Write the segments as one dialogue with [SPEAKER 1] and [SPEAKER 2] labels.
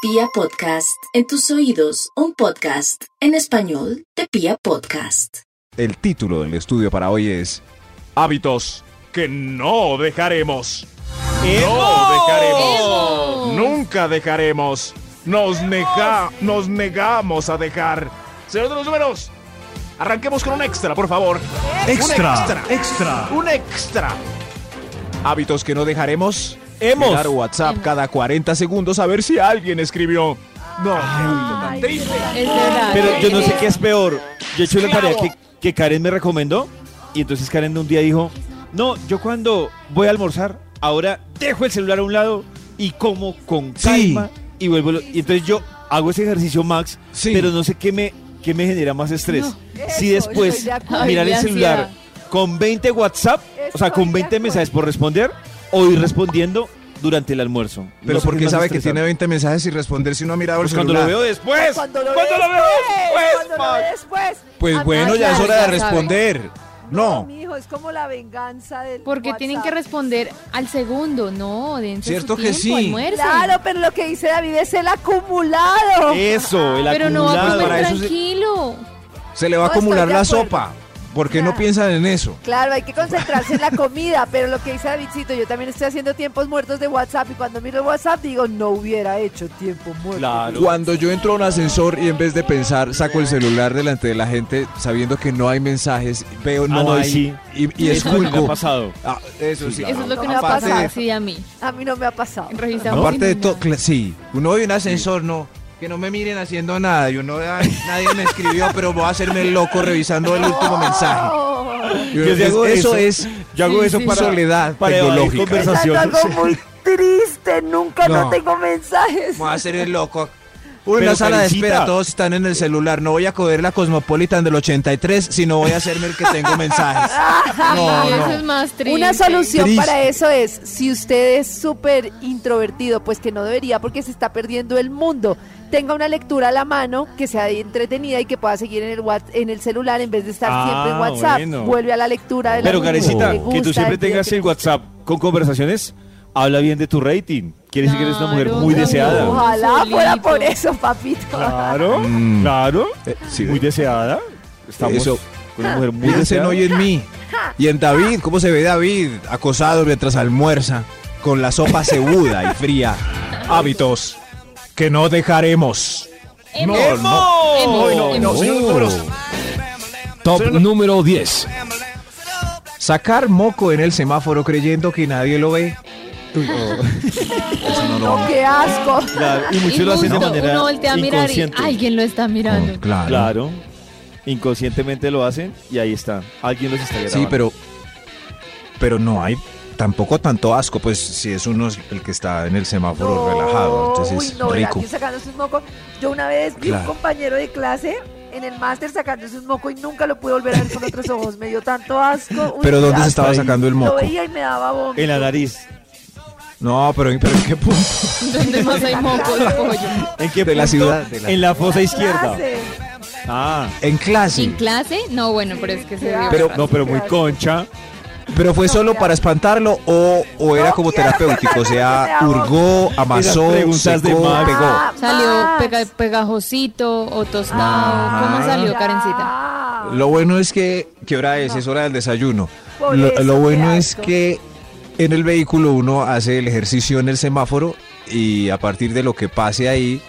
[SPEAKER 1] Pia Podcast, en tus oídos, un podcast en español de Pia Podcast.
[SPEAKER 2] El título del estudio para hoy es
[SPEAKER 3] hábitos que no dejaremos. No dejaremos. Nunca dejaremos. Nos, nega- nos negamos a dejar. Señor de los números, arranquemos con un extra, por favor. Un extra.
[SPEAKER 4] extra.
[SPEAKER 3] Un extra. Hábitos que no dejaremos.
[SPEAKER 4] Hemos.
[SPEAKER 3] Mirar WhatsApp cada 40 segundos a ver si alguien escribió. No. tan triste.
[SPEAKER 4] Pero yo no sé qué es peor. Yo he hecho la tarea que, que Karen me recomendó y entonces Karen un día dijo, no, yo cuando voy a almorzar, ahora dejo el celular a un lado y como con calma y vuelvo. a lo- Y entonces yo hago ese ejercicio, Max, pero no sé qué me, qué me genera más estrés. si después
[SPEAKER 5] estoy de acuerdo.
[SPEAKER 4] mirar
[SPEAKER 6] Ay,
[SPEAKER 4] el
[SPEAKER 6] mi
[SPEAKER 4] celular
[SPEAKER 6] ansiedad.
[SPEAKER 4] con 20 WhatsApp, o sea,
[SPEAKER 5] Estoy
[SPEAKER 4] con
[SPEAKER 5] de
[SPEAKER 4] 20
[SPEAKER 5] acuerdo.
[SPEAKER 4] mensajes por responder o ir respondiendo durante el almuerzo.
[SPEAKER 2] Pero
[SPEAKER 4] No sé qué
[SPEAKER 2] porque
[SPEAKER 4] más
[SPEAKER 2] sabe que
[SPEAKER 4] estresante.
[SPEAKER 2] tiene 20 mensajes y responder si no ha mirado
[SPEAKER 4] Pues
[SPEAKER 2] el
[SPEAKER 4] cuando lo
[SPEAKER 2] celular?
[SPEAKER 4] veo después.
[SPEAKER 5] Cuando lo
[SPEAKER 4] pues, cuando
[SPEAKER 5] ve
[SPEAKER 4] lo veo pues, después,
[SPEAKER 5] cuando lo
[SPEAKER 4] Max.
[SPEAKER 5] ve después.
[SPEAKER 2] Pues
[SPEAKER 5] Ah,
[SPEAKER 2] bueno,
[SPEAKER 5] no,
[SPEAKER 2] ya es
[SPEAKER 6] claro,
[SPEAKER 2] hora de
[SPEAKER 6] ya sabe.
[SPEAKER 2] responder. No,
[SPEAKER 5] mijo, es como la venganza del
[SPEAKER 6] Porque tienen que
[SPEAKER 5] WhatsApp.
[SPEAKER 6] responder al segundo, no, dense
[SPEAKER 2] Cierto
[SPEAKER 6] su
[SPEAKER 2] que
[SPEAKER 6] tiempo,
[SPEAKER 2] sí.
[SPEAKER 6] almuercen.
[SPEAKER 5] Claro, pero lo que dice David es el acumulado.
[SPEAKER 4] Eso, el
[SPEAKER 6] pero no
[SPEAKER 4] acumulado.
[SPEAKER 6] vamos
[SPEAKER 2] para eso se-
[SPEAKER 6] tranquilo.
[SPEAKER 2] se le va a
[SPEAKER 5] No,
[SPEAKER 2] acumular
[SPEAKER 5] estoy de
[SPEAKER 2] la
[SPEAKER 5] acuerdo.
[SPEAKER 2] sopa. ¿Por qué no
[SPEAKER 5] Ya.
[SPEAKER 2] piensan en eso?
[SPEAKER 5] Claro, hay que concentrarse en la comida, pero lo que dice Davidcito, yo también estoy haciendo tiempos muertos de WhatsApp y cuando miro el WhatsApp digo, no hubiera hecho tiempo muerto.
[SPEAKER 4] Claro.
[SPEAKER 2] Cuando yo entro a un ascensor y en vez de pensar saco el celular delante de la gente sabiendo que no hay mensajes, veo no,
[SPEAKER 4] Ah, no, y
[SPEAKER 2] hay
[SPEAKER 4] sí.
[SPEAKER 2] y, y
[SPEAKER 4] Eso es lo que me ha
[SPEAKER 2] esculco.
[SPEAKER 4] pasado.
[SPEAKER 2] Ah, eso sí.
[SPEAKER 6] Eso es lo que
[SPEAKER 5] no
[SPEAKER 6] me ha
[SPEAKER 2] Aparte de-
[SPEAKER 6] pasado, sí, a mí.
[SPEAKER 5] A mí no me ha pasado.
[SPEAKER 6] Revisamos
[SPEAKER 2] Aparte de
[SPEAKER 6] sin
[SPEAKER 2] todo,
[SPEAKER 6] nada.
[SPEAKER 2] cla- sí. Uno ve un ascensor, no. Que no me miren haciendo nada. Y uno, ay, nadie me escribió, pero voy a hacerme el loco revisando el último mensaje.
[SPEAKER 5] Oh,
[SPEAKER 2] Y uno,
[SPEAKER 4] Yo sí hago
[SPEAKER 2] es-
[SPEAKER 4] eso.
[SPEAKER 2] eso es
[SPEAKER 4] Yo hago
[SPEAKER 6] Sí,
[SPEAKER 4] eso
[SPEAKER 6] sí.
[SPEAKER 4] para,
[SPEAKER 2] soledad
[SPEAKER 4] para evadir
[SPEAKER 2] tecnológica.
[SPEAKER 5] es algo
[SPEAKER 4] conversaciones.
[SPEAKER 5] muy triste, nunca no,
[SPEAKER 2] No.
[SPEAKER 5] tengo mensajes.
[SPEAKER 2] Voy a hacer el loco. Una
[SPEAKER 4] Pero,
[SPEAKER 2] sala de
[SPEAKER 4] Karencita.
[SPEAKER 2] espera, todos están en el celular. No voy a coger la Cosmopolitan del 83, sino voy a hacerme el que tengo mensajes. No,
[SPEAKER 6] Sí, eso
[SPEAKER 2] no.
[SPEAKER 6] es más triste.
[SPEAKER 5] Una solución
[SPEAKER 2] Triste.
[SPEAKER 5] para eso es, si usted es súper introvertido, pues que no debería porque se está perdiendo el mundo. Tenga una lectura a la mano que sea entretenida y que pueda seguir en el Whats- en el celular en vez de estar
[SPEAKER 4] Ah,
[SPEAKER 5] siempre en WhatsApp.
[SPEAKER 4] bueno.
[SPEAKER 5] Vuelve a la lectura de la
[SPEAKER 4] Pero,
[SPEAKER 5] mano,
[SPEAKER 4] Karencita,
[SPEAKER 5] le
[SPEAKER 4] que
[SPEAKER 5] gusta,
[SPEAKER 4] tú siempre
[SPEAKER 5] el día
[SPEAKER 4] tengas
[SPEAKER 5] que-
[SPEAKER 4] el WhatsApp con conversaciones, habla bien de tu rating. Quiere decir que eres una mujer
[SPEAKER 6] Claro,
[SPEAKER 4] muy
[SPEAKER 6] claro.
[SPEAKER 4] deseada.
[SPEAKER 5] Ojalá
[SPEAKER 6] Solito.
[SPEAKER 5] fuera por eso, papito.
[SPEAKER 4] Claro,
[SPEAKER 2] Mm.
[SPEAKER 4] claro.
[SPEAKER 2] Eh, sí,
[SPEAKER 4] muy deseada. Estamos
[SPEAKER 2] Eso.
[SPEAKER 4] con una mujer muy
[SPEAKER 2] Piensen
[SPEAKER 4] deseada.
[SPEAKER 2] hoy en mí. Y en David, ¿cómo se ve David? Acosado mientras almuerza, con la sopa cebuda y fría.
[SPEAKER 3] Hábitos que no dejaremos.
[SPEAKER 6] Hemos.
[SPEAKER 2] No, no.
[SPEAKER 6] Hemos,
[SPEAKER 3] Hoy no,
[SPEAKER 6] hemos.
[SPEAKER 3] no, señor números.
[SPEAKER 2] Oh. Top número 10. Sacar moco en el semáforo creyendo que nadie lo ve. Eso no lo
[SPEAKER 5] No, qué asco.
[SPEAKER 4] Claro, y muchos lo hacen de
[SPEAKER 6] Injusto,
[SPEAKER 4] manera
[SPEAKER 6] uno voltea a mirar y
[SPEAKER 4] inconsciente.
[SPEAKER 6] alguien lo está mirando.
[SPEAKER 2] Oh, Claro.
[SPEAKER 4] Claro. Inconscientemente lo hacen y ahí está. Alguien los está grabando.
[SPEAKER 2] Sí, pero. Pero no hay tampoco tanto asco, pues si es uno el que está en el semáforo
[SPEAKER 5] No,
[SPEAKER 2] relajado. Entonces,
[SPEAKER 5] uy, no, vea,
[SPEAKER 2] rico.
[SPEAKER 5] aquí sacándose un moco. Yo una vez vi un
[SPEAKER 2] Claro.
[SPEAKER 5] compañero de clase en el máster sacándose un moco y nunca lo pude volver a ver con otros ojos. Me dio tanto asco. Uy,
[SPEAKER 2] Pero
[SPEAKER 5] qué
[SPEAKER 2] ¿dónde se
[SPEAKER 5] asco.
[SPEAKER 2] estaba sacando el
[SPEAKER 5] Lo
[SPEAKER 2] moco?
[SPEAKER 5] veía y me daba vómito.
[SPEAKER 4] En la nariz.
[SPEAKER 2] No, pero, pero ¿en qué punto?
[SPEAKER 6] Donde más hay mocos, pollo.
[SPEAKER 4] ¿En qué
[SPEAKER 2] De la
[SPEAKER 4] punto?
[SPEAKER 2] ciudad, de la-
[SPEAKER 4] en la fosa izquierda.
[SPEAKER 5] Clase.
[SPEAKER 4] Ah.
[SPEAKER 2] En
[SPEAKER 6] ¿En
[SPEAKER 2] clase.
[SPEAKER 6] clase? No, bueno, pero es que se dio.
[SPEAKER 2] Pero-
[SPEAKER 4] No, pero muy concha.
[SPEAKER 2] Pero fue solo para espantarlo o, o era
[SPEAKER 5] No
[SPEAKER 2] como
[SPEAKER 5] quiero
[SPEAKER 2] terapéutico. O sea,
[SPEAKER 5] acordarme de
[SPEAKER 2] hurgó, amasó,
[SPEAKER 4] preguntas de
[SPEAKER 2] secó,
[SPEAKER 4] Max.
[SPEAKER 2] pegó.
[SPEAKER 5] Ah,
[SPEAKER 6] Salió
[SPEAKER 5] Max.
[SPEAKER 6] pega- pegajosito o tostado. ¿Cómo salió,
[SPEAKER 5] Ya.
[SPEAKER 6] Karencita?
[SPEAKER 2] Ah. Lo bueno es que, ¿qué hora es? Es hora del desayuno.
[SPEAKER 5] Por
[SPEAKER 2] Lo,
[SPEAKER 5] eso,
[SPEAKER 2] lo
[SPEAKER 5] qué
[SPEAKER 2] bueno es
[SPEAKER 5] asco.
[SPEAKER 2] que en el vehículo uno hace el ejercicio en el semáforo y a partir de lo que pase ahí,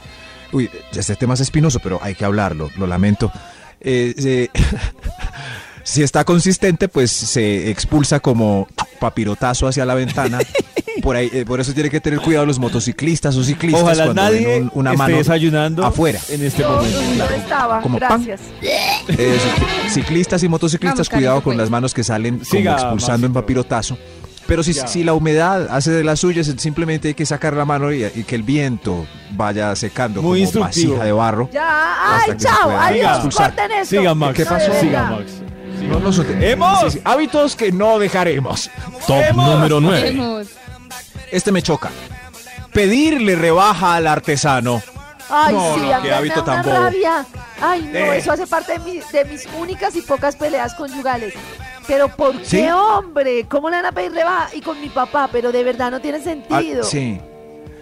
[SPEAKER 2] uy, este tema es espinoso, pero hay que hablarlo, lo lamento. Eh, se- si está consistente, pues se expulsa como papirotazo hacia la ventana. Por, ahí, eh, por eso tiene que tener cuidado los motociclistas o ciclistas
[SPEAKER 4] Ojalá
[SPEAKER 2] cuando
[SPEAKER 4] nadie
[SPEAKER 2] ven un- una
[SPEAKER 4] esté
[SPEAKER 2] mano
[SPEAKER 4] desayunando
[SPEAKER 2] afuera.
[SPEAKER 4] en este
[SPEAKER 5] Yo
[SPEAKER 4] momento.
[SPEAKER 5] no estaba,
[SPEAKER 2] Como pan.
[SPEAKER 5] gracias.
[SPEAKER 2] Eso, Eh, ciclistas y motociclistas,
[SPEAKER 6] Vamos, Karen,
[SPEAKER 2] cuidado
[SPEAKER 6] se
[SPEAKER 2] con
[SPEAKER 6] fue.
[SPEAKER 2] las manos que salen como
[SPEAKER 4] Siga,
[SPEAKER 2] expulsando en
[SPEAKER 4] Maxito.
[SPEAKER 2] papirotazo. Pero si,
[SPEAKER 4] Ya.
[SPEAKER 2] si la humedad hace de las suyas, simplemente hay que sacar la mano y, y que el viento vaya secando
[SPEAKER 4] Muy
[SPEAKER 2] como
[SPEAKER 4] instructivo.
[SPEAKER 2] vasija de barro.
[SPEAKER 5] Ya, ay,
[SPEAKER 2] que se
[SPEAKER 5] chao,
[SPEAKER 2] pueda
[SPEAKER 5] adiós,
[SPEAKER 2] expulsar.
[SPEAKER 5] corten esto.
[SPEAKER 4] Siga, Max.
[SPEAKER 2] ¿Qué pasó?
[SPEAKER 5] No, de
[SPEAKER 4] Siga,
[SPEAKER 5] verdad.
[SPEAKER 4] Max.
[SPEAKER 2] No nos-
[SPEAKER 4] ¡Hemos!
[SPEAKER 2] Sí, sí, Hábitos que no dejaremos.
[SPEAKER 3] Top número 9.
[SPEAKER 6] Hemos.
[SPEAKER 2] Este me choca. Pedirle rebaja al artesano.
[SPEAKER 5] Ay,
[SPEAKER 2] No,
[SPEAKER 5] sí,
[SPEAKER 2] no,
[SPEAKER 5] a mí
[SPEAKER 2] qué
[SPEAKER 5] me
[SPEAKER 2] hábito
[SPEAKER 5] da
[SPEAKER 2] tan
[SPEAKER 5] una
[SPEAKER 2] bobo.
[SPEAKER 5] rabia. Ay, no,
[SPEAKER 2] Eh.
[SPEAKER 5] eso hace parte de, mi- de mis únicas y pocas peleas conyugales. Pero ¿por qué,
[SPEAKER 2] ¿Sí?
[SPEAKER 5] hombre? ¿Cómo le van a pedir rebaja? Y con mi papá, pero de verdad no tiene
[SPEAKER 2] Ah,
[SPEAKER 5] sentido.
[SPEAKER 2] sí.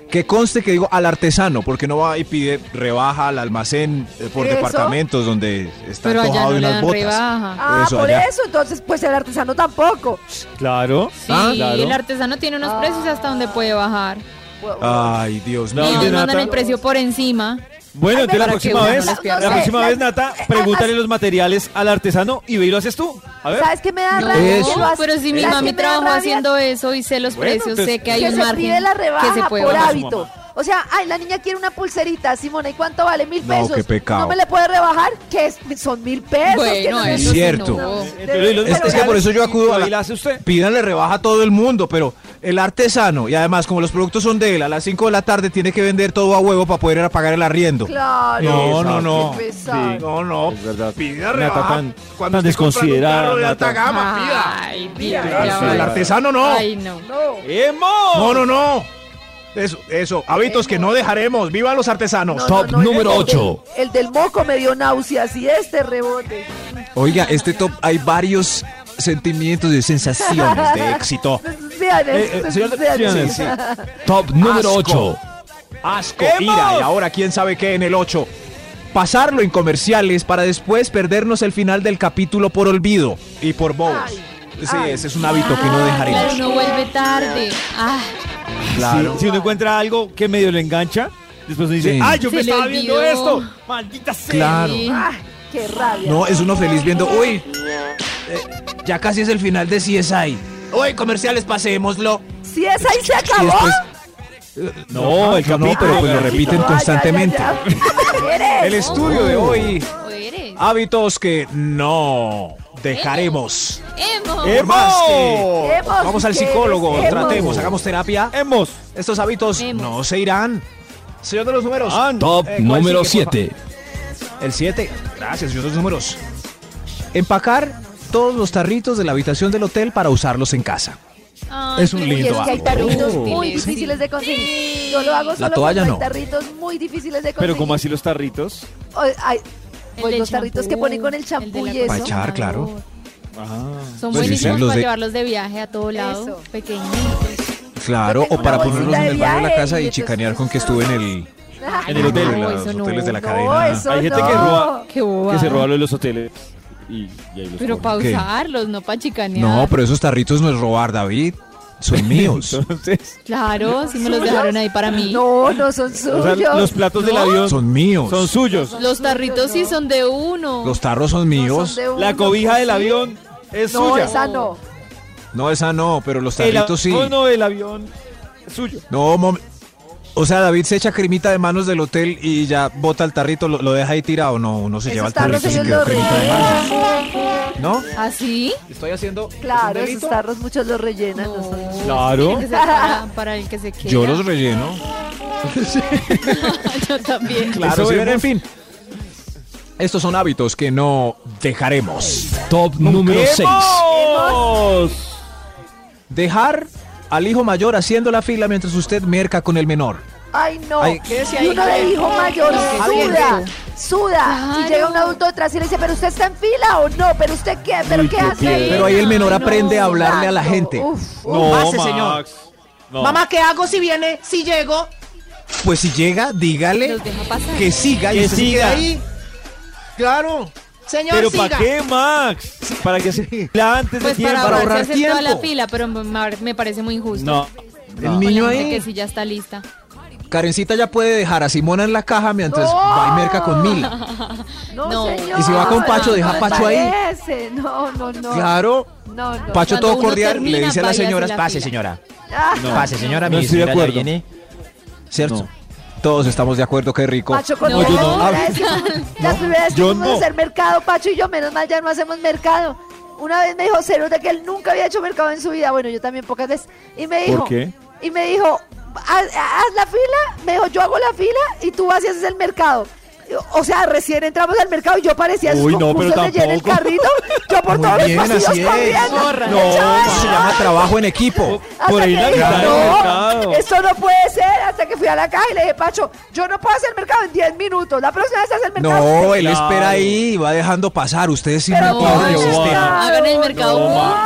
[SPEAKER 2] Que conste que digo al artesano, porque no va y pide rebaja al almacén eh, por
[SPEAKER 5] ¿Eso?
[SPEAKER 2] departamentos donde está
[SPEAKER 6] Pero allá
[SPEAKER 2] antojado
[SPEAKER 6] no
[SPEAKER 2] de
[SPEAKER 6] le
[SPEAKER 2] las
[SPEAKER 6] dan
[SPEAKER 2] botas.
[SPEAKER 6] rebaja.
[SPEAKER 5] Ah,
[SPEAKER 2] Eso,
[SPEAKER 5] por
[SPEAKER 2] allá.
[SPEAKER 5] eso, entonces, pues el artesano tampoco.
[SPEAKER 4] Claro.
[SPEAKER 6] Sí,
[SPEAKER 2] Ah,
[SPEAKER 4] claro.
[SPEAKER 6] el artesano tiene unos precios hasta donde puede bajar.
[SPEAKER 2] Ay, Dios
[SPEAKER 4] No,
[SPEAKER 6] y
[SPEAKER 2] mío.
[SPEAKER 4] de
[SPEAKER 6] ellos mandan
[SPEAKER 4] nata.
[SPEAKER 6] el precio por encima.
[SPEAKER 4] Bueno,
[SPEAKER 5] Ay,
[SPEAKER 4] entonces la
[SPEAKER 5] para
[SPEAKER 6] que
[SPEAKER 4] próxima
[SPEAKER 6] uno no
[SPEAKER 4] vez,
[SPEAKER 6] les pierda.
[SPEAKER 4] la
[SPEAKER 6] No sé,
[SPEAKER 4] próxima
[SPEAKER 5] la-
[SPEAKER 4] vez, Nata, pregúntale los materiales al artesano y ve y lo haces tú. A ver.
[SPEAKER 5] ¿Sabes qué me da
[SPEAKER 6] No,
[SPEAKER 5] rabia? Que
[SPEAKER 2] Eso.
[SPEAKER 5] lo hace-
[SPEAKER 6] pero si mi
[SPEAKER 5] ¿sabes
[SPEAKER 6] mami
[SPEAKER 5] qué me da
[SPEAKER 6] trabajó
[SPEAKER 5] rabia?
[SPEAKER 6] haciendo eso y sé los
[SPEAKER 4] Bueno,
[SPEAKER 6] precios,
[SPEAKER 2] pues,
[SPEAKER 4] entonces-
[SPEAKER 6] sé que hay
[SPEAKER 5] que
[SPEAKER 6] un
[SPEAKER 5] se
[SPEAKER 6] margen
[SPEAKER 5] pide la rebaja
[SPEAKER 6] que se puede
[SPEAKER 5] por
[SPEAKER 6] bajar.
[SPEAKER 4] su
[SPEAKER 5] hábito.
[SPEAKER 4] mamá.
[SPEAKER 5] O sea, ay, la niña quiere una pulserita, Simona, ¿y cuánto vale? Mil
[SPEAKER 2] No,
[SPEAKER 5] pesos.
[SPEAKER 2] qué pecado.
[SPEAKER 5] No me le puede rebajar, que es- son mil pesos. que
[SPEAKER 6] Bueno,
[SPEAKER 5] no
[SPEAKER 2] es
[SPEAKER 5] me-
[SPEAKER 6] eso sí
[SPEAKER 2] cierto. Este
[SPEAKER 6] no.
[SPEAKER 4] Entonces, Eh, y los
[SPEAKER 5] Es- es que
[SPEAKER 4] materiales
[SPEAKER 2] por eso yo acudo
[SPEAKER 4] y
[SPEAKER 2] a la-
[SPEAKER 4] ahí la hace usted.
[SPEAKER 2] Pídanle rebaja a todo el mundo, pero el artesano, y además como los productos son de él, a las 5 de la tarde tiene que vender todo a huevo para poder ir a pagar el arriendo.
[SPEAKER 5] Claro.
[SPEAKER 2] No, no, no.
[SPEAKER 5] Qué pesar.
[SPEAKER 2] No, no.
[SPEAKER 4] Es verdad.
[SPEAKER 3] Pida
[SPEAKER 4] Nata
[SPEAKER 3] rebaja cuando
[SPEAKER 4] tan, tan
[SPEAKER 3] usted compra un
[SPEAKER 4] desconsiderada.
[SPEAKER 3] carro de alta
[SPEAKER 4] Nata.
[SPEAKER 3] gama, pida.
[SPEAKER 6] Ay, Dios,
[SPEAKER 5] Mira,
[SPEAKER 6] ya
[SPEAKER 4] sí,
[SPEAKER 6] va.
[SPEAKER 3] El artesano no.
[SPEAKER 6] Ay, no.
[SPEAKER 5] No.
[SPEAKER 4] ¡Emo!
[SPEAKER 3] No, no, no. Eso, eso. Hábitos que no dejaremos. ¡Viva los artesanos!
[SPEAKER 5] No,
[SPEAKER 2] Top
[SPEAKER 5] no, no,
[SPEAKER 2] número
[SPEAKER 5] el del-
[SPEAKER 2] ocho.
[SPEAKER 5] el del moco me dio náuseas y este rebote.
[SPEAKER 2] Oiga, este top hay varios sentimientos y sensaciones de éxito.
[SPEAKER 5] Vean,
[SPEAKER 4] eh,
[SPEAKER 5] es-
[SPEAKER 4] señor-
[SPEAKER 5] vean,
[SPEAKER 4] señor-
[SPEAKER 5] sí.
[SPEAKER 4] sí.
[SPEAKER 2] Top número 8.
[SPEAKER 3] Asco,
[SPEAKER 4] ¡Hemos!
[SPEAKER 3] ira.
[SPEAKER 2] Y ahora quién sabe qué en el 8. Pasarlo en comerciales para después perdernos el final del capítulo por olvido y por bobos.
[SPEAKER 5] Ay,
[SPEAKER 2] Sí,
[SPEAKER 5] ay.
[SPEAKER 2] ese es un hábito que no
[SPEAKER 6] Ah,
[SPEAKER 2] dejaremos.
[SPEAKER 6] Claro, uno vuelve tarde. Ah,
[SPEAKER 2] Claro.
[SPEAKER 4] Si, si uno encuentra algo que medio le engancha, después uno dice, "Ah,
[SPEAKER 2] Sí.
[SPEAKER 4] ¡ay, yo
[SPEAKER 6] Se
[SPEAKER 4] me
[SPEAKER 6] le
[SPEAKER 4] estaba viendo
[SPEAKER 6] olvidó.
[SPEAKER 4] esto! ¡Maldita sea!
[SPEAKER 2] Claro.
[SPEAKER 6] sí.
[SPEAKER 5] Ah, qué rabia.
[SPEAKER 2] No, es uno feliz viendo, uy, eh, ya casi es el final de CSI. Uy, comerciales, pasémoslo.
[SPEAKER 5] Si es ahí se
[SPEAKER 2] Y
[SPEAKER 5] acabó.
[SPEAKER 2] después,
[SPEAKER 4] No, el capítulo.
[SPEAKER 2] Eh, no, pero pues lo
[SPEAKER 4] el
[SPEAKER 2] repiten
[SPEAKER 5] Ay, ya,
[SPEAKER 2] constantemente.
[SPEAKER 5] ya, ya. Eres.
[SPEAKER 2] El estudio de hoy,
[SPEAKER 6] ¿O eres?
[SPEAKER 2] Ah. hábitos que no dejaremos.
[SPEAKER 6] Emo.
[SPEAKER 4] ¡Hemos!
[SPEAKER 2] Más que-
[SPEAKER 5] Hemos,
[SPEAKER 2] Vamos al
[SPEAKER 5] que
[SPEAKER 2] psicólogo,
[SPEAKER 5] hemos.
[SPEAKER 2] tratemos, hagamos terapia.
[SPEAKER 4] ¡Hemos!
[SPEAKER 2] Estos hábitos
[SPEAKER 6] Hemos.
[SPEAKER 2] no se irán. Señor de los números.
[SPEAKER 4] Ah,
[SPEAKER 7] Top
[SPEAKER 2] Eh, ¿cuál
[SPEAKER 7] número
[SPEAKER 2] sigue, por
[SPEAKER 7] 7.
[SPEAKER 2] El 7. Gracias, señor de los números. Empacar todos los tarritos de la habitación del hotel para usarlos en casa.
[SPEAKER 6] Ay,
[SPEAKER 2] es un
[SPEAKER 6] qué
[SPEAKER 2] lindo
[SPEAKER 5] Y es
[SPEAKER 6] lindo.
[SPEAKER 5] que hay
[SPEAKER 2] Oh.
[SPEAKER 5] tarritos muy
[SPEAKER 6] Sí.
[SPEAKER 5] difíciles de conseguir. Yo lo hago solo
[SPEAKER 2] toalla
[SPEAKER 5] porque
[SPEAKER 2] no.
[SPEAKER 5] hay tarritos muy difíciles de conseguir.
[SPEAKER 4] Pero como así los tarritos.
[SPEAKER 5] O- hay-
[SPEAKER 6] El
[SPEAKER 5] pues
[SPEAKER 6] del
[SPEAKER 5] los tarritos que
[SPEAKER 6] champú,
[SPEAKER 5] ponen con el
[SPEAKER 6] el de
[SPEAKER 5] champú
[SPEAKER 6] la
[SPEAKER 5] y eso.
[SPEAKER 2] Para echar, claro.
[SPEAKER 4] Ah.
[SPEAKER 6] Son
[SPEAKER 2] Pues sí,
[SPEAKER 6] buenísimos
[SPEAKER 2] los
[SPEAKER 6] para
[SPEAKER 2] de-
[SPEAKER 6] llevarlos de viaje a todo lado.
[SPEAKER 5] Eso.
[SPEAKER 6] Pequeñitos.
[SPEAKER 2] Claro,
[SPEAKER 5] Yo tengo
[SPEAKER 2] o para
[SPEAKER 5] una
[SPEAKER 2] ponerlos en
[SPEAKER 5] bolsita de
[SPEAKER 2] el baño de la
[SPEAKER 5] viaje
[SPEAKER 2] casa
[SPEAKER 5] y
[SPEAKER 2] y
[SPEAKER 5] entonces-
[SPEAKER 2] chicanear con que estuve en el,
[SPEAKER 4] En el hotel.
[SPEAKER 2] en
[SPEAKER 6] No,
[SPEAKER 2] los
[SPEAKER 6] eso no.
[SPEAKER 2] hoteles de la
[SPEAKER 5] No,
[SPEAKER 2] cadena.
[SPEAKER 5] eso
[SPEAKER 4] Hay gente que
[SPEAKER 5] no.
[SPEAKER 4] roba-
[SPEAKER 6] Qué boba.
[SPEAKER 4] Que se roba lo de los hoteles. Y, y ahí los
[SPEAKER 6] Pero para
[SPEAKER 4] cogen.
[SPEAKER 2] ¿Qué?
[SPEAKER 6] usarlos, no para chicanear.
[SPEAKER 2] No, pero esos tarritos no es robar, David. Son míos.
[SPEAKER 4] Entonces,
[SPEAKER 6] Claro, si me los dejaron ahí para mí.
[SPEAKER 5] No, no son suyos.
[SPEAKER 4] o sea, los platos del avión son,
[SPEAKER 2] Son míos.
[SPEAKER 4] suyos.
[SPEAKER 6] Los tarritos sí son de uno.
[SPEAKER 2] Los tarros son
[SPEAKER 5] No
[SPEAKER 2] míos.
[SPEAKER 5] son de
[SPEAKER 4] La
[SPEAKER 5] uno,
[SPEAKER 4] cobija del
[SPEAKER 5] sí.
[SPEAKER 4] avión es
[SPEAKER 5] No,
[SPEAKER 4] suya.
[SPEAKER 5] esa no.
[SPEAKER 2] No, esa no, pero los
[SPEAKER 4] El
[SPEAKER 2] tarritos sí.
[SPEAKER 4] abono del avión es suyo.
[SPEAKER 2] No, mom- o sea, David se echa cremita de manos del hotel y ya bota el tarrito, lo, lo deja ahí tirado. No, uno se lleva
[SPEAKER 5] Esos
[SPEAKER 2] el
[SPEAKER 5] tarros
[SPEAKER 2] tarrito y se
[SPEAKER 5] ellos
[SPEAKER 2] quedó
[SPEAKER 5] los
[SPEAKER 2] cremita de manos.
[SPEAKER 5] rellenan.
[SPEAKER 2] ¿No?
[SPEAKER 6] ¿Ah, ¿Así?
[SPEAKER 2] Estoy haciendo.
[SPEAKER 5] Claro, esos tarros muchos los rellenan. no son-
[SPEAKER 6] No.
[SPEAKER 4] Claro.
[SPEAKER 6] tiene que ser para, para el que se queda.
[SPEAKER 2] Yo los relleno.
[SPEAKER 6] Yo también.
[SPEAKER 2] Claro,
[SPEAKER 4] Eso
[SPEAKER 2] sí,
[SPEAKER 4] vemos.
[SPEAKER 2] en fin. Estos son hábitos que no dejaremos.
[SPEAKER 7] Top número 6.
[SPEAKER 4] ¡Hemos!
[SPEAKER 2] Dejar al hijo mayor haciendo la fila mientras usted merca con el menor.
[SPEAKER 5] Ay, no.
[SPEAKER 2] Ay,
[SPEAKER 5] y uno de hijo mayor suda, suda. Si
[SPEAKER 6] Claro.
[SPEAKER 5] llega un adulto detrás y le dice, pero usted está en fila o no, pero usted qué, pero
[SPEAKER 4] Uy,
[SPEAKER 5] qué
[SPEAKER 4] qué
[SPEAKER 5] hace.
[SPEAKER 4] piedra.
[SPEAKER 5] ahí?"
[SPEAKER 2] Pero ahí el menor
[SPEAKER 6] Ay, no.
[SPEAKER 2] aprende a hablarle a la
[SPEAKER 5] Exacto.
[SPEAKER 2] gente.
[SPEAKER 5] Uf, uf.
[SPEAKER 4] No,
[SPEAKER 8] Pase,
[SPEAKER 4] Max.
[SPEAKER 8] señor.
[SPEAKER 4] No.
[SPEAKER 8] Mamá, ¿qué hago si viene, si llego?
[SPEAKER 2] Pues si llega, dígale
[SPEAKER 6] Los deja pasar.
[SPEAKER 2] que siga
[SPEAKER 4] Que
[SPEAKER 2] y usted se
[SPEAKER 4] siga.
[SPEAKER 2] queda ahí.
[SPEAKER 8] Ahí. Claro. Señor,
[SPEAKER 4] ¿Pero
[SPEAKER 8] siga.
[SPEAKER 4] para qué, Max? ¿Para qué se la antes de
[SPEAKER 6] Pues
[SPEAKER 4] tiempo?
[SPEAKER 6] para,
[SPEAKER 2] para
[SPEAKER 6] ahorrarse
[SPEAKER 2] ahorrar
[SPEAKER 6] hacer toda la
[SPEAKER 2] tiempo.
[SPEAKER 6] fila, pero me me parece muy injusto.
[SPEAKER 4] No.
[SPEAKER 2] El
[SPEAKER 6] Con la
[SPEAKER 2] niño eh.
[SPEAKER 6] gente
[SPEAKER 2] ahí.
[SPEAKER 6] que sí ya está lista.
[SPEAKER 2] Karencita ya puede dejar a Simona en la caja mientras
[SPEAKER 5] No.
[SPEAKER 2] va y merca con Mila.
[SPEAKER 5] No,
[SPEAKER 6] No.
[SPEAKER 5] señor.
[SPEAKER 2] Y si va con Pacho,
[SPEAKER 5] no,
[SPEAKER 2] deja
[SPEAKER 5] no
[SPEAKER 2] a Pacho ahí.
[SPEAKER 5] parece. No, no, no.
[SPEAKER 2] Claro.
[SPEAKER 5] No, no.
[SPEAKER 2] Pacho
[SPEAKER 6] Cuando
[SPEAKER 2] todo
[SPEAKER 6] uno
[SPEAKER 2] cordial
[SPEAKER 6] termina,
[SPEAKER 2] le dice a las
[SPEAKER 6] vaya a
[SPEAKER 2] señoras,
[SPEAKER 6] hacer la
[SPEAKER 2] pase
[SPEAKER 6] fila".
[SPEAKER 2] señora,
[SPEAKER 5] Ah,
[SPEAKER 2] pase señora,
[SPEAKER 4] No
[SPEAKER 2] mi
[SPEAKER 4] estoy
[SPEAKER 2] señora
[SPEAKER 4] de
[SPEAKER 2] ya
[SPEAKER 4] acuerdo.
[SPEAKER 2] viene". ¿Cierto?
[SPEAKER 4] No.
[SPEAKER 2] Todos estamos de acuerdo, qué rico.
[SPEAKER 5] Pacho con
[SPEAKER 6] No, yo no.
[SPEAKER 5] la
[SPEAKER 2] Ah,
[SPEAKER 5] primera vez que- La primera vez que
[SPEAKER 4] yo
[SPEAKER 5] fuimos
[SPEAKER 4] no.
[SPEAKER 5] a hacer mercado, Pacho y yo, menos mal ya no hacemos mercado. Una vez me dijo Ceruta que él nunca había hecho mercado en su vida, bueno, yo también pocas veces. Y me dijo,
[SPEAKER 4] ¿Por qué?
[SPEAKER 5] y me dijo, haz, haz la fila, me dijo, yo hago la fila y tú vas y haces el mercado. O sea, recién entramos al mercado y yo parecía esos
[SPEAKER 4] Uy, no, pero
[SPEAKER 5] concursos de llena el
[SPEAKER 4] tampoco.
[SPEAKER 5] carrito, yo por
[SPEAKER 2] Muy
[SPEAKER 5] todos
[SPEAKER 2] bien,
[SPEAKER 5] los pasillos
[SPEAKER 2] así es.
[SPEAKER 5] corriendo.
[SPEAKER 2] No, eso se llama trabajo en equipo.
[SPEAKER 4] Por
[SPEAKER 5] Hasta
[SPEAKER 4] ahí
[SPEAKER 5] que
[SPEAKER 4] la
[SPEAKER 5] dije,
[SPEAKER 4] mitad del mercado. Eh,
[SPEAKER 5] no, esto no puede ser. Hasta que fui a la caja y le dije, Pacho, yo no puedo hacer mercado en 10 minutos. La próxima vez haces el mercado.
[SPEAKER 2] No, él
[SPEAKER 4] Claro.
[SPEAKER 2] espera ahí y va dejando pasar. Ustedes sí
[SPEAKER 5] Pero
[SPEAKER 2] no tienen
[SPEAKER 4] no,
[SPEAKER 2] el
[SPEAKER 4] no.
[SPEAKER 2] sistema.
[SPEAKER 6] Hagan el mercado
[SPEAKER 4] No,
[SPEAKER 6] juntos.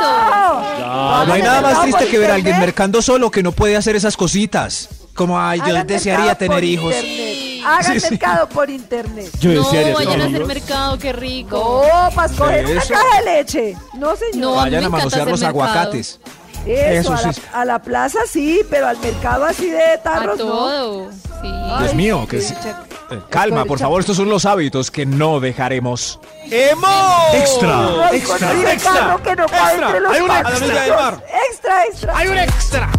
[SPEAKER 4] Claro.
[SPEAKER 5] No.
[SPEAKER 2] No hay
[SPEAKER 5] Hagan
[SPEAKER 2] nada más
[SPEAKER 5] el mercado
[SPEAKER 2] triste
[SPEAKER 5] por
[SPEAKER 2] que ver a
[SPEAKER 5] internet.
[SPEAKER 2] alguien mercando solo que no puede hacer esas cositas. Como, ay, yo
[SPEAKER 5] Hagan
[SPEAKER 2] desearía
[SPEAKER 5] mercado
[SPEAKER 2] tener
[SPEAKER 5] por
[SPEAKER 2] hijos.
[SPEAKER 5] internet. Hagan
[SPEAKER 2] Sí, sí.
[SPEAKER 5] mercado por internet.
[SPEAKER 4] Yo
[SPEAKER 6] No,
[SPEAKER 4] desearía tener
[SPEAKER 6] vayan a hacer
[SPEAKER 4] amigos.
[SPEAKER 6] mercado, qué rico.
[SPEAKER 5] No, para escoger una
[SPEAKER 2] Eso.
[SPEAKER 5] caja de leche. No, señor.
[SPEAKER 6] No, a mí
[SPEAKER 2] Vayan
[SPEAKER 6] me
[SPEAKER 2] a
[SPEAKER 6] encanta
[SPEAKER 2] manosear
[SPEAKER 6] hacer
[SPEAKER 2] los
[SPEAKER 6] mercado.
[SPEAKER 2] aguacates.
[SPEAKER 5] Eso,
[SPEAKER 2] Eso
[SPEAKER 5] a, la,
[SPEAKER 2] sí.
[SPEAKER 5] a la plaza sí, pero al mercado así de
[SPEAKER 6] A
[SPEAKER 5] tarros no.
[SPEAKER 6] todo. Sí.
[SPEAKER 5] Ay,
[SPEAKER 2] Dios mío, que sí.
[SPEAKER 5] sí, chac-
[SPEAKER 2] Eh, Calma, por favor, estos son los hábitos que no dejaremos.
[SPEAKER 4] ¡Emo!
[SPEAKER 3] Extra.
[SPEAKER 5] Ay, con ese carro que no cabe
[SPEAKER 4] extra.
[SPEAKER 5] entre los
[SPEAKER 4] Hay una- a la orilla del
[SPEAKER 5] pasillos.
[SPEAKER 4] mar.
[SPEAKER 5] Extra, extra.
[SPEAKER 3] ¡Hay un extra!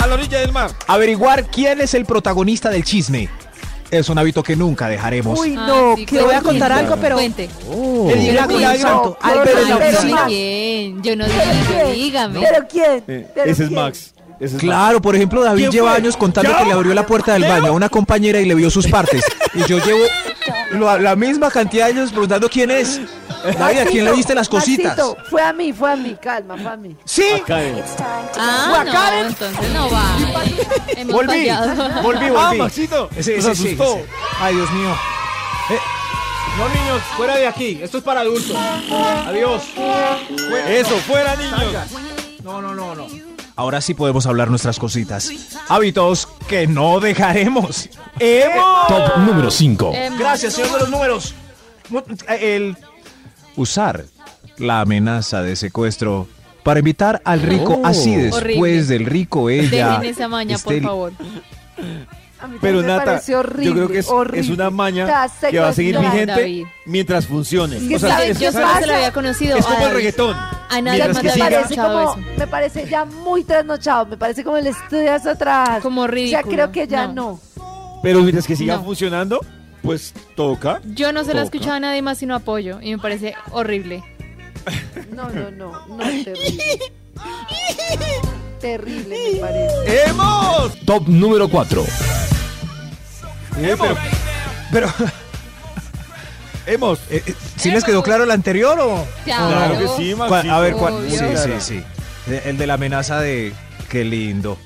[SPEAKER 4] A la orilla del mar.
[SPEAKER 2] Averiguar quién es el protagonista del chisme. Es un hábito que nunca dejaremos.
[SPEAKER 5] Uy,
[SPEAKER 6] Ah,
[SPEAKER 5] no,
[SPEAKER 6] sí,
[SPEAKER 5] que
[SPEAKER 6] cuente,
[SPEAKER 7] voy a contar algo, pero-
[SPEAKER 6] Cuente.
[SPEAKER 4] El Diego
[SPEAKER 7] Cuidado,
[SPEAKER 4] Milagro.
[SPEAKER 7] santo.
[SPEAKER 5] Ay,
[SPEAKER 7] Álvaro
[SPEAKER 5] pero-
[SPEAKER 7] en la
[SPEAKER 6] Ay,
[SPEAKER 5] pero-
[SPEAKER 7] oficina.
[SPEAKER 5] Max.
[SPEAKER 6] quién? Yo no
[SPEAKER 5] ¿Pero
[SPEAKER 6] digo,
[SPEAKER 5] quién?
[SPEAKER 6] dígame.
[SPEAKER 5] ¿Pero quién?
[SPEAKER 4] Eh,
[SPEAKER 5] ¿Pero
[SPEAKER 4] ese es
[SPEAKER 5] quién?
[SPEAKER 4] Max. Ese es Max.
[SPEAKER 2] Claro, por ejemplo, David
[SPEAKER 4] ¿Quién
[SPEAKER 2] lleva
[SPEAKER 4] fue?
[SPEAKER 2] años contando
[SPEAKER 4] ¿Yo?
[SPEAKER 2] que le abrió la puerta del baño a una compañera y le vio sus partes. Y yo llevo lo- la misma cantidad de años preguntando quién es. David, ¿a quién le
[SPEAKER 5] Maxito,
[SPEAKER 2] viste las cositas?
[SPEAKER 5] Maxito, fue a mí, fue a mí, calma, fue a mí.
[SPEAKER 2] Sí.
[SPEAKER 4] Karen.
[SPEAKER 6] Ah, no, entonces no va. Hemos
[SPEAKER 2] Volví,
[SPEAKER 6] fallado.
[SPEAKER 2] volví,
[SPEAKER 4] ¡Ah,
[SPEAKER 2] volví.
[SPEAKER 4] Maxito!
[SPEAKER 2] Sí,
[SPEAKER 4] Nos
[SPEAKER 2] sí, sí,
[SPEAKER 4] asustó.
[SPEAKER 2] sí. Ay, Dios mío. Eh.
[SPEAKER 7] No, niños, fuera de aquí. Esto es para adultos. Adiós.
[SPEAKER 4] Eso, fuera, niños.
[SPEAKER 2] No, no, no, no. Ahora sí podemos hablar nuestras cositas. Hábitos que no dejaremos.
[SPEAKER 9] Top número 5.
[SPEAKER 6] Em,
[SPEAKER 2] Gracias, señor de los números. Mu- El usar la amenaza de secuestro para invitar al rico así después
[SPEAKER 6] Oh. Horrible.
[SPEAKER 2] del rico ella.
[SPEAKER 6] Dejen esa maña, por
[SPEAKER 2] esté-
[SPEAKER 6] favor.
[SPEAKER 5] A mí
[SPEAKER 4] Pero
[SPEAKER 5] también me
[SPEAKER 4] Nata,
[SPEAKER 5] pareció horrible,
[SPEAKER 4] yo creo que es,
[SPEAKER 5] horrible.
[SPEAKER 4] es una maña
[SPEAKER 5] Está
[SPEAKER 4] que va a seguir
[SPEAKER 5] secuestrada.
[SPEAKER 4] vigente
[SPEAKER 6] David.
[SPEAKER 4] mientras funcione.
[SPEAKER 5] que
[SPEAKER 4] O sea,
[SPEAKER 5] ¿saben
[SPEAKER 4] es-
[SPEAKER 5] qué
[SPEAKER 6] yo
[SPEAKER 4] es-
[SPEAKER 6] solo se lo había conocido.
[SPEAKER 4] es como
[SPEAKER 6] a
[SPEAKER 4] el reggaetón.
[SPEAKER 6] A nadie
[SPEAKER 4] Mientras
[SPEAKER 6] más
[SPEAKER 4] que
[SPEAKER 6] le
[SPEAKER 5] me
[SPEAKER 4] siga-
[SPEAKER 6] había
[SPEAKER 5] parece,
[SPEAKER 6] escuchado
[SPEAKER 5] como,
[SPEAKER 6] eso.
[SPEAKER 5] me parece ya muy trasnochado, me parece como el estudio hacia atrás.
[SPEAKER 6] Como
[SPEAKER 5] Ya
[SPEAKER 6] ridículo,
[SPEAKER 5] creo que ya
[SPEAKER 6] no.
[SPEAKER 5] no.
[SPEAKER 4] Pero mientras que siga
[SPEAKER 6] No.
[SPEAKER 4] funcionando, pues toca.
[SPEAKER 6] Yo no se lo he
[SPEAKER 4] Toca.
[SPEAKER 6] escuchado a nadie más sino apoyo y me parece horrible.
[SPEAKER 5] No, no, no, no, terrible. terrible me parece.
[SPEAKER 4] ¡Hemos!
[SPEAKER 9] Top número 4.
[SPEAKER 4] ¡Hemos!
[SPEAKER 2] Pero,
[SPEAKER 4] ¡Hemos!
[SPEAKER 2] eh, eh, ¿sí les quedó claro el anterior o?
[SPEAKER 4] Claro que sí,
[SPEAKER 2] ¿Cuál-
[SPEAKER 4] Maxito.
[SPEAKER 2] A ver, ¿cuál?
[SPEAKER 6] Obvio.
[SPEAKER 2] Sí, sí, sí. De- El de la amenaza de. Qué lindo.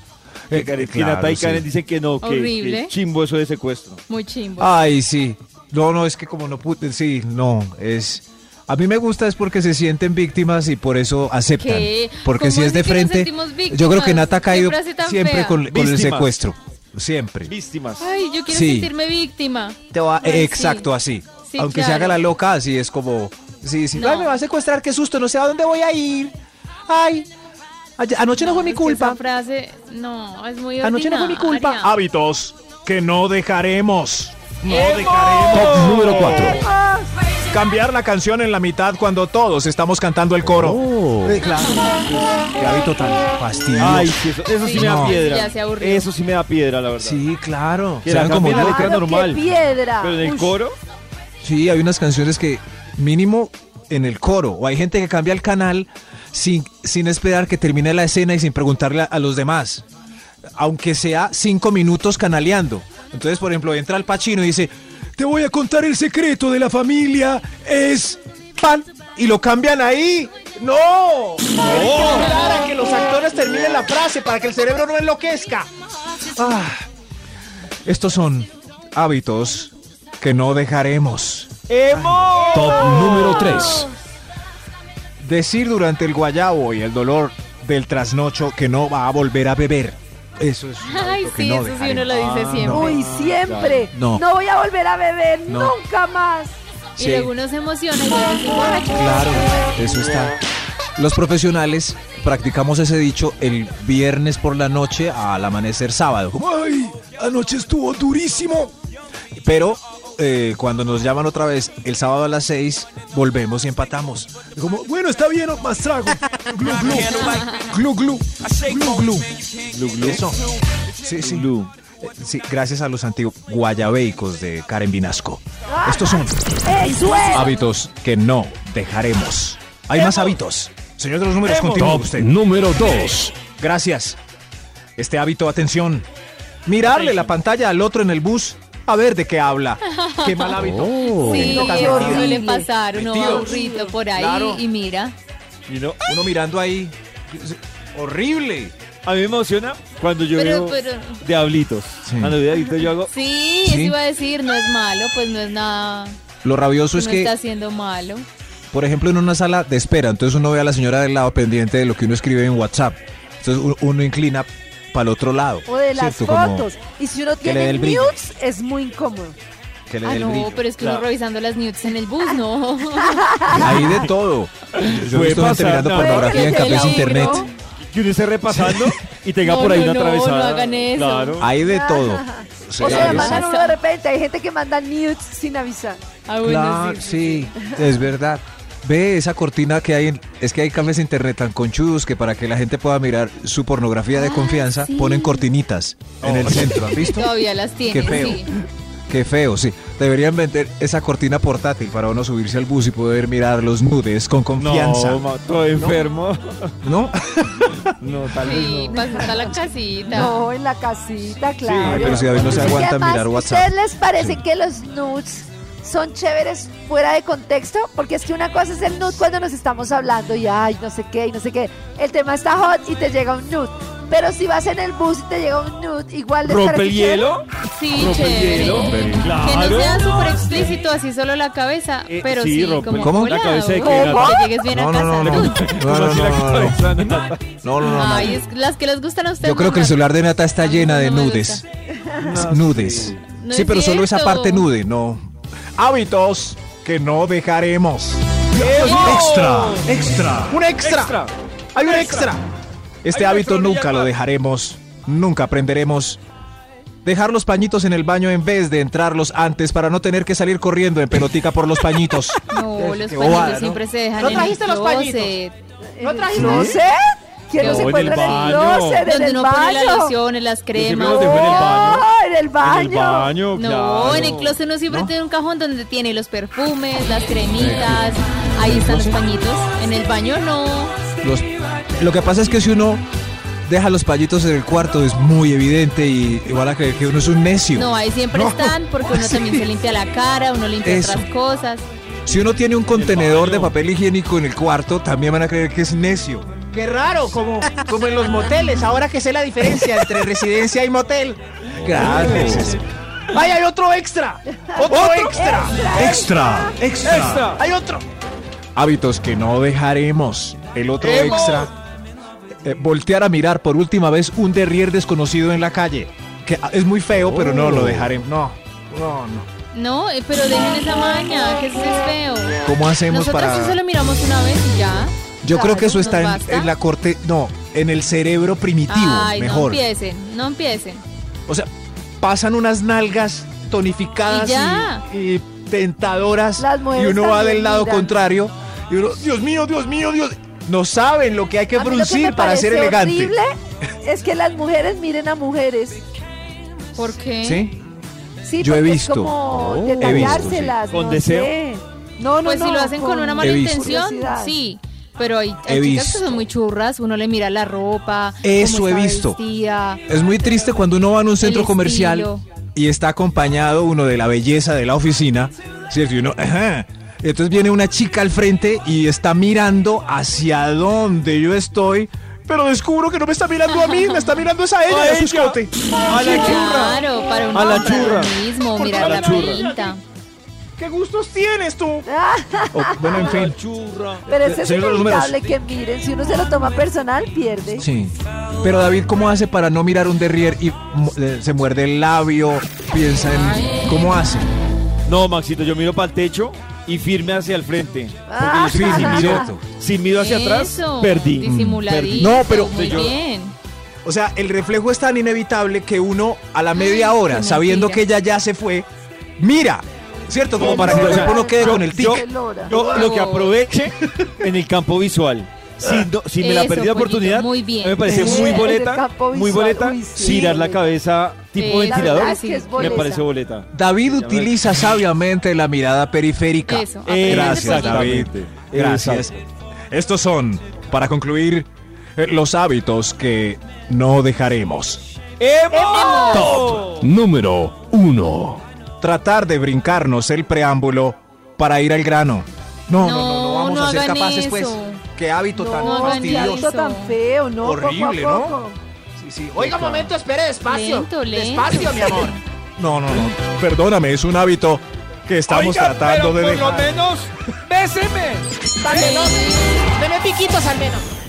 [SPEAKER 4] Que
[SPEAKER 2] Eh,
[SPEAKER 4] Karen- que
[SPEAKER 2] claro,
[SPEAKER 4] Nata y
[SPEAKER 2] sí.
[SPEAKER 4] Karen dicen que no, que,
[SPEAKER 6] Horrible.
[SPEAKER 4] que es chimbo eso de secuestro.
[SPEAKER 6] Muy chimbo.
[SPEAKER 2] Ay, sí. No, no, es que como no pude. Sí, no, es. A mí me gusta es porque se sienten víctimas y por eso aceptan.
[SPEAKER 6] ¿Qué?
[SPEAKER 2] Porque
[SPEAKER 6] ¿Cómo
[SPEAKER 2] si es
[SPEAKER 6] así
[SPEAKER 2] de
[SPEAKER 6] que nos
[SPEAKER 2] frente,
[SPEAKER 6] sentimos
[SPEAKER 2] yo creo que
[SPEAKER 6] víctimas?
[SPEAKER 2] Nata ha
[SPEAKER 6] Qué
[SPEAKER 2] caído
[SPEAKER 6] frase tan
[SPEAKER 2] siempre
[SPEAKER 6] fea.
[SPEAKER 2] con, con el
[SPEAKER 4] Víctimas.
[SPEAKER 2] secuestro. Siempre.
[SPEAKER 4] Víctimas.
[SPEAKER 6] Ay, yo quiero
[SPEAKER 2] Sí.
[SPEAKER 6] sentirme víctima. Ay, Pues sí.
[SPEAKER 2] Exacto, así.
[SPEAKER 6] Sí,
[SPEAKER 2] Aunque se
[SPEAKER 6] claro.
[SPEAKER 2] haga la loca, así es como. Sí, sí.
[SPEAKER 6] No.
[SPEAKER 2] Ay, me va a secuestrar, qué susto, no sé a dónde voy a ir. Ay, ayer- anoche no, fue mi
[SPEAKER 6] es que
[SPEAKER 2] culpa.
[SPEAKER 6] Esa frase, no, es muy
[SPEAKER 2] Anoche no fue mi culpa.
[SPEAKER 6] ordinaria.
[SPEAKER 3] Hábitos que no dejaremos. No
[SPEAKER 6] ¡Hemos!
[SPEAKER 3] dejaremos.
[SPEAKER 9] Top número 4.
[SPEAKER 2] Cambiar la canción en la mitad cuando todos estamos cantando el
[SPEAKER 4] Oh.
[SPEAKER 2] coro. Eh, claro. Qué hábito tan fastidioso.
[SPEAKER 4] Ay, sí, eso, eso sí,
[SPEAKER 6] Sí,
[SPEAKER 4] me da
[SPEAKER 2] no.
[SPEAKER 4] piedra.
[SPEAKER 6] Ya se aburrió.
[SPEAKER 4] eso sí me da piedra, la verdad.
[SPEAKER 2] Sí, claro.
[SPEAKER 4] Que la
[SPEAKER 2] ¿Saben cómo
[SPEAKER 4] cambien
[SPEAKER 2] no?
[SPEAKER 4] la letra
[SPEAKER 5] Claro, qué
[SPEAKER 4] normal.
[SPEAKER 5] piedra.
[SPEAKER 4] Pero en el
[SPEAKER 5] Ush.
[SPEAKER 4] coro,
[SPEAKER 2] Sí, hay unas canciones que mínimo en el coro. O hay gente que cambia el canal sin, sin esperar que termine la escena y sin preguntarle a, a los demás. Aunque sea cinco minutos canaleando. Entonces, por ejemplo, entra el Pachino y dice, te voy a contar el secreto de la familia. Es pan. Y lo cambian ahí.
[SPEAKER 8] ¡No! Hay que esperar a que los actores terminen la frase para que el cerebro no enloquezca.
[SPEAKER 2] Ah, estos son hábitos que no dejaremos.
[SPEAKER 9] Top número 3.
[SPEAKER 2] Decir durante el guayabo y el dolor del trasnocho que no va a volver a beber. Eso es. un
[SPEAKER 6] Ay,
[SPEAKER 2] hábito que
[SPEAKER 6] sí,
[SPEAKER 2] no
[SPEAKER 6] eso sí uno
[SPEAKER 2] dejaremos.
[SPEAKER 6] lo dice siempre.
[SPEAKER 5] Uy, siempre.
[SPEAKER 2] No.
[SPEAKER 5] No voy a volver a beber
[SPEAKER 2] No.
[SPEAKER 5] nunca más.
[SPEAKER 6] Y
[SPEAKER 2] Ah, Sí,
[SPEAKER 6] luego uno se emociona y luego dice, "Ay,
[SPEAKER 2] claro, eso está. Los profesionales practicamos ese dicho el viernes por la noche al amanecer sábado. Como, ¡Ay! Anoche estuvo durísimo. Pero eh, cuando nos llaman otra vez el sábado a las 6, volvemos y empatamos. Como, bueno, está bien, más trago. Glu, glu. Glu, glu. Glu, glu. Eso. Sí, sí.
[SPEAKER 4] Lu.
[SPEAKER 2] Eh, Sí, gracias a los antiguos guayabeicos de Karen Vinasco. Estos son
[SPEAKER 5] Eso es.
[SPEAKER 2] hábitos que no dejaremos. Hay más hábitos. Señor de los números, continúa
[SPEAKER 9] Top
[SPEAKER 2] usted.
[SPEAKER 9] número 2.
[SPEAKER 2] Gracias. Este hábito, atención. Mirarle la pantalla al otro en el bus a ver de qué habla. Qué mal hábito.
[SPEAKER 9] Oh.
[SPEAKER 6] Sí,
[SPEAKER 2] Nunca
[SPEAKER 6] eso
[SPEAKER 2] metido.
[SPEAKER 6] suele pasar, uno va
[SPEAKER 2] Metido.
[SPEAKER 6] burrito por ahí
[SPEAKER 2] Claro.
[SPEAKER 6] y mira.
[SPEAKER 4] y no,
[SPEAKER 2] Uno mirando ahí. Horrible.
[SPEAKER 4] a mí me emociona cuando yo
[SPEAKER 6] Pero-
[SPEAKER 4] veo
[SPEAKER 6] pero-
[SPEAKER 4] diablitos.
[SPEAKER 2] Sí.
[SPEAKER 4] Cuando veo diablitos yo hago...
[SPEAKER 6] Sí,
[SPEAKER 2] Sí.
[SPEAKER 6] eso iba a decir, no es malo, pues no es nada,
[SPEAKER 2] Lo rabioso
[SPEAKER 6] no
[SPEAKER 2] es Pues que
[SPEAKER 6] está haciendo malo.
[SPEAKER 2] por ejemplo, en una sala de espera, entonces uno ve a la señora del lado pendiente de lo que uno escribe en WhatsApp. Entonces u- uno inclina para el otro lado.
[SPEAKER 5] o de las
[SPEAKER 2] ¿cierto? Como
[SPEAKER 5] fotos. Y si uno
[SPEAKER 2] le dé
[SPEAKER 5] tiene
[SPEAKER 2] el brillo.
[SPEAKER 5] nudes, es muy incómodo.
[SPEAKER 2] que le
[SPEAKER 6] Ah,
[SPEAKER 2] dé el
[SPEAKER 6] no,
[SPEAKER 2] brillo.
[SPEAKER 6] pero es que uno revisando las nudes en el bus, no.
[SPEAKER 2] Hay de todo. Yo he
[SPEAKER 4] Puede
[SPEAKER 2] visto gente
[SPEAKER 4] pasar,
[SPEAKER 2] mirando
[SPEAKER 4] no.
[SPEAKER 2] pornografía en
[SPEAKER 6] Puede que
[SPEAKER 2] cafés
[SPEAKER 6] te
[SPEAKER 2] internet.
[SPEAKER 6] la abro.
[SPEAKER 4] Que uno esté repasando y tenga
[SPEAKER 6] No,
[SPEAKER 4] por ahí
[SPEAKER 6] no,
[SPEAKER 4] una
[SPEAKER 6] no,
[SPEAKER 4] atravesada.
[SPEAKER 6] no hagan eso.
[SPEAKER 4] Claro.
[SPEAKER 2] Hay de todo.
[SPEAKER 5] O se
[SPEAKER 6] Claro.
[SPEAKER 5] le mandan
[SPEAKER 6] Pasa.
[SPEAKER 5] uno de repente. Hay gente que manda nudes sin avisar.
[SPEAKER 6] Ah, bueno,
[SPEAKER 2] Claro, sí, es verdad. Ve esa cortina que hay, en- es que hay cafés internet tan conchudos que para que la gente pueda mirar su pornografía de
[SPEAKER 6] Ah,
[SPEAKER 2] confianza
[SPEAKER 6] sí.
[SPEAKER 2] ponen cortinitas en el centro, ¿han visto?
[SPEAKER 6] Todavía las tiene,
[SPEAKER 2] Qué feo.
[SPEAKER 6] sí.
[SPEAKER 2] Qué feo, sí. Deberían vender esa cortina portátil para uno subirse al bus y poder mirar los nudes con confianza.
[SPEAKER 4] No, ma- todo enfermo.
[SPEAKER 2] ¿No?
[SPEAKER 4] No, tal vez
[SPEAKER 6] Sí,
[SPEAKER 4] no.
[SPEAKER 6] pasar a la casita.
[SPEAKER 5] No, en la casita, claro.
[SPEAKER 2] pero si a mí no se
[SPEAKER 5] Es que
[SPEAKER 2] aguanta
[SPEAKER 5] además,
[SPEAKER 2] mirar WhatsApp.
[SPEAKER 5] ¿Ustedes les parece que los nudes son chéveres fuera de contexto? Porque es que una cosa es el nude cuando nos estamos hablando y ay, no sé qué, y no sé qué. El tema está hot y te llega un nude. Pero si vas en el bus y te llega un nude, igual les
[SPEAKER 4] ¿Rompe
[SPEAKER 5] parece
[SPEAKER 4] el
[SPEAKER 5] chévere.
[SPEAKER 4] hielo?
[SPEAKER 6] Sí,
[SPEAKER 4] ¿Rompe el
[SPEAKER 6] chévere.
[SPEAKER 4] hielo?
[SPEAKER 6] Que no
[SPEAKER 4] Claro.
[SPEAKER 6] sea súper explícito, así solo la cabeza,
[SPEAKER 4] Eh,
[SPEAKER 6] pero
[SPEAKER 4] sí,
[SPEAKER 6] sí,
[SPEAKER 4] rompe-
[SPEAKER 6] como
[SPEAKER 2] ¿Cómo?
[SPEAKER 6] volado.
[SPEAKER 4] La cabeza de
[SPEAKER 6] ¿no?
[SPEAKER 4] que- ¿Cómo?
[SPEAKER 6] Que llegues bien
[SPEAKER 2] No,
[SPEAKER 6] a
[SPEAKER 2] no,
[SPEAKER 6] casa.
[SPEAKER 2] no, no. No, no,
[SPEAKER 4] Como
[SPEAKER 2] no,
[SPEAKER 4] así la
[SPEAKER 2] no, no.
[SPEAKER 4] cabeza, ¿no?
[SPEAKER 2] No, no, no, no.
[SPEAKER 6] Ay, es las que les gustan a ustedes.
[SPEAKER 2] Yo creo que el
[SPEAKER 6] Manuel.
[SPEAKER 2] celular de Nata está
[SPEAKER 6] A mí
[SPEAKER 2] llena
[SPEAKER 6] no
[SPEAKER 2] de
[SPEAKER 6] me
[SPEAKER 2] nudes.
[SPEAKER 4] No,
[SPEAKER 2] Nudes.
[SPEAKER 6] No
[SPEAKER 2] Sí,
[SPEAKER 6] es
[SPEAKER 2] pero solo esa
[SPEAKER 6] cierto.
[SPEAKER 2] parte nude, no.
[SPEAKER 3] Hábitos que no dejaremos.
[SPEAKER 8] ¡Extra!
[SPEAKER 3] Extra.
[SPEAKER 8] ¡Un extra!
[SPEAKER 4] Extra.
[SPEAKER 8] ¡Hay un extra!
[SPEAKER 2] Este
[SPEAKER 4] Ay,
[SPEAKER 2] hábito
[SPEAKER 4] nuestro
[SPEAKER 2] nunca lo
[SPEAKER 4] Villalba.
[SPEAKER 2] dejaremos, nunca aprenderemos. Dejar los pañitos en el baño en vez de entrarlos antes para no tener que salir corriendo en pelotica por los pañitos.
[SPEAKER 6] No, los
[SPEAKER 2] Qué
[SPEAKER 6] pañitos
[SPEAKER 2] bobada, ¿no?
[SPEAKER 6] siempre se dejan
[SPEAKER 8] ¿No
[SPEAKER 6] en
[SPEAKER 8] trajiste
[SPEAKER 6] el
[SPEAKER 8] los pañitos?
[SPEAKER 6] closet.
[SPEAKER 8] ¿No
[SPEAKER 5] ¿En el
[SPEAKER 8] trajiste?
[SPEAKER 5] closet? eh, ¿Quién
[SPEAKER 4] No,
[SPEAKER 5] los
[SPEAKER 4] en el
[SPEAKER 5] encuentra en el
[SPEAKER 4] baño.
[SPEAKER 5] closet? ¿En
[SPEAKER 6] Donde
[SPEAKER 5] el
[SPEAKER 6] uno pone las
[SPEAKER 5] baño?
[SPEAKER 6] lociones, las
[SPEAKER 4] siempre
[SPEAKER 6] cremas.
[SPEAKER 4] los dejo en el baño.
[SPEAKER 5] No, en el
[SPEAKER 4] En el
[SPEAKER 5] baño.
[SPEAKER 4] baño,
[SPEAKER 6] No,
[SPEAKER 4] claro.
[SPEAKER 6] en el closet no siempre
[SPEAKER 2] ¿No?
[SPEAKER 6] tiene un cajón donde tiene los perfumes, las cremitas, ahí están los pañitos. En el baño no.
[SPEAKER 2] Los- lo que pasa es que si uno deja los pañitos en el cuarto es muy evidente y, y van a creer que uno es un necio.
[SPEAKER 6] No, ahí siempre
[SPEAKER 2] No.
[SPEAKER 6] están porque uno también se limpia la cara, uno limpia
[SPEAKER 2] Eso.
[SPEAKER 6] otras cosas.
[SPEAKER 2] Si uno tiene un contenedor de papel higiénico en el cuarto, también van a creer que es necio.
[SPEAKER 8] ¡Qué raro! Como, como en los moteles, ahora que sé la diferencia entre residencia y motel.
[SPEAKER 2] Gracias.
[SPEAKER 8] ¡Ay, hay otro extra! ¡Otro, extra!
[SPEAKER 3] Extra. Extra.
[SPEAKER 4] Extra.
[SPEAKER 8] ¡Hay otro!
[SPEAKER 2] Hábitos que no dejaremos. El otro
[SPEAKER 8] Hemos-
[SPEAKER 2] extra. eh, voltear a mirar por última vez un derrier desconocido en la calle. Que ah, es muy feo, pero no
[SPEAKER 3] Oh.
[SPEAKER 2] lo dejaremos. No. No, no.
[SPEAKER 6] No, eh, pero dejen esa maña, que eso es feo.
[SPEAKER 2] ¿Cómo hacemos
[SPEAKER 6] Nosotros
[SPEAKER 2] para.?
[SPEAKER 6] solo miramos una vez y ya.
[SPEAKER 2] Yo creo que eso
[SPEAKER 6] ¿Nos
[SPEAKER 2] está en,
[SPEAKER 6] basta?
[SPEAKER 2] en la corte. No, en el cerebro primitivo,
[SPEAKER 6] Ay, no
[SPEAKER 2] mejor.
[SPEAKER 6] empiecen, no empiecen.
[SPEAKER 2] o sea, pasan unas nalgas tonificadas
[SPEAKER 6] Y ya.
[SPEAKER 2] y, y tentadoras.
[SPEAKER 5] Las
[SPEAKER 2] y
[SPEAKER 5] mujeres
[SPEAKER 2] uno va
[SPEAKER 5] también
[SPEAKER 2] del lado
[SPEAKER 5] miran.
[SPEAKER 2] contrario. Y uno, Dios mío, Dios mío, Dios. No saben lo que hay que
[SPEAKER 5] A mí lo que
[SPEAKER 2] producir
[SPEAKER 5] me
[SPEAKER 2] para ser
[SPEAKER 5] parece
[SPEAKER 2] elegante.
[SPEAKER 5] horrible Es que las mujeres miren a mujeres.
[SPEAKER 6] ¿Por qué?
[SPEAKER 2] ¿Sí?
[SPEAKER 5] Sí,
[SPEAKER 2] Yo he
[SPEAKER 5] porque
[SPEAKER 2] visto.
[SPEAKER 5] Es como
[SPEAKER 2] Oh.
[SPEAKER 5] detallárselas,
[SPEAKER 4] Con
[SPEAKER 5] no
[SPEAKER 4] deseo.
[SPEAKER 5] sé. No, no,
[SPEAKER 6] Pues si
[SPEAKER 5] no,
[SPEAKER 6] lo hacen con una mala
[SPEAKER 2] He visto.
[SPEAKER 6] intención,
[SPEAKER 5] curiosidad.
[SPEAKER 6] sí. Pero hay, hay
[SPEAKER 2] He
[SPEAKER 6] chicas que
[SPEAKER 2] visto.
[SPEAKER 6] son muy churras, uno le mira la ropa.
[SPEAKER 2] Eso
[SPEAKER 6] cómo
[SPEAKER 2] he
[SPEAKER 6] está
[SPEAKER 2] visto.
[SPEAKER 6] vestida.
[SPEAKER 2] Es muy triste cuando uno va a un centro
[SPEAKER 6] El
[SPEAKER 2] comercial
[SPEAKER 6] estilo.
[SPEAKER 2] y está acompañado uno de la belleza de la oficina, ¿cierto? Y uno, ajá. Y Entonces viene una chica al frente y está mirando hacia donde yo estoy, pero descubro que no me está mirando a mí, me está mirando es a ella,
[SPEAKER 4] A
[SPEAKER 2] a su
[SPEAKER 4] ella.
[SPEAKER 2] escote.
[SPEAKER 4] A Ah, la churra.
[SPEAKER 6] Claro, para uno
[SPEAKER 4] A la
[SPEAKER 6] comprar
[SPEAKER 4] churra.
[SPEAKER 6] lo mismo, mirar
[SPEAKER 4] a
[SPEAKER 6] la,
[SPEAKER 4] la churra?
[SPEAKER 6] pinta.
[SPEAKER 8] ¿Qué gustos tienes tú?
[SPEAKER 4] Oh,
[SPEAKER 2] O, bueno, en fin.
[SPEAKER 4] churra.
[SPEAKER 5] Pero eso es
[SPEAKER 2] Señor de los números.
[SPEAKER 5] inevitable que miren. Si uno se lo toma personal, pierde.
[SPEAKER 2] Sí. Pero David, ¿cómo hace para no mirar un derrier y mu- eh, se muerde el labio? Piensa en cómo hace.
[SPEAKER 4] No, Maxito, yo miro para el techo y firme hacia el frente. Porque
[SPEAKER 6] Ah,
[SPEAKER 4] yo sé que si
[SPEAKER 2] Firme,
[SPEAKER 4] miro,
[SPEAKER 2] ¿cierto?
[SPEAKER 4] si miro hacia atrás,
[SPEAKER 6] Eso,
[SPEAKER 4] Mm, perdí.
[SPEAKER 6] Disimuladito.
[SPEAKER 2] No, pero-
[SPEAKER 6] Muy
[SPEAKER 4] Yo-
[SPEAKER 6] bien.
[SPEAKER 2] O sea, el reflejo es tan inevitable que uno a la media
[SPEAKER 6] Ay,
[SPEAKER 2] hora,
[SPEAKER 6] qué
[SPEAKER 2] sabiendo que
[SPEAKER 6] mentira.
[SPEAKER 2] ella ya se fue, mira, ¿cierto? Como para que el
[SPEAKER 4] O sea,
[SPEAKER 2] cuerpo no quede
[SPEAKER 4] yo-
[SPEAKER 2] con el tic.
[SPEAKER 4] yo-
[SPEAKER 5] Se logra.
[SPEAKER 4] Yo lo que aproveche en el campo visual. Si, no- si me la
[SPEAKER 6] Eso,
[SPEAKER 4] perdí la
[SPEAKER 6] pollito,
[SPEAKER 4] oportunidad,
[SPEAKER 6] muy bien.
[SPEAKER 4] me parece
[SPEAKER 5] Sí,
[SPEAKER 4] muy
[SPEAKER 5] en el
[SPEAKER 4] boleta,
[SPEAKER 5] campo
[SPEAKER 4] muy
[SPEAKER 5] visual,
[SPEAKER 4] boleta,
[SPEAKER 5] uy, sí.
[SPEAKER 4] girar la cabeza tipo
[SPEAKER 6] Eh, la
[SPEAKER 4] ventilador,
[SPEAKER 6] verdad es que es
[SPEAKER 4] me
[SPEAKER 5] boleta.
[SPEAKER 4] parece boleta.
[SPEAKER 2] David utiliza sabiamente la mirada periférica.
[SPEAKER 6] Eso, aprende
[SPEAKER 2] Gracias,
[SPEAKER 6] poquito.
[SPEAKER 2] David. Gracias. Estos son, para concluir, eh, los hábitos que no dejaremos.
[SPEAKER 9] Top número 1.
[SPEAKER 2] Tratar de brincarnos el preámbulo para ir al grano. No, no, no, no,
[SPEAKER 6] No,
[SPEAKER 2] vamos
[SPEAKER 6] no
[SPEAKER 2] a ser
[SPEAKER 6] hagan
[SPEAKER 2] capaces,
[SPEAKER 6] eso.
[SPEAKER 2] pues. Qué hábito tan
[SPEAKER 6] No,
[SPEAKER 5] No,
[SPEAKER 6] hagan
[SPEAKER 5] qué
[SPEAKER 2] fastidioso.
[SPEAKER 6] eso.
[SPEAKER 5] acto tan feo, ¿no?
[SPEAKER 2] Horrible,
[SPEAKER 5] poco a
[SPEAKER 2] ¿no?
[SPEAKER 5] poco.
[SPEAKER 8] Oiga, un momento, espere despacio.
[SPEAKER 6] Lento, lento.
[SPEAKER 8] Despacio, mi amor.
[SPEAKER 2] No, no, no. Perdóname, es un hábito que estamos tratando de dejar.
[SPEAKER 4] menos, béseme.
[SPEAKER 8] Dale, no. Deme piquitos al menos.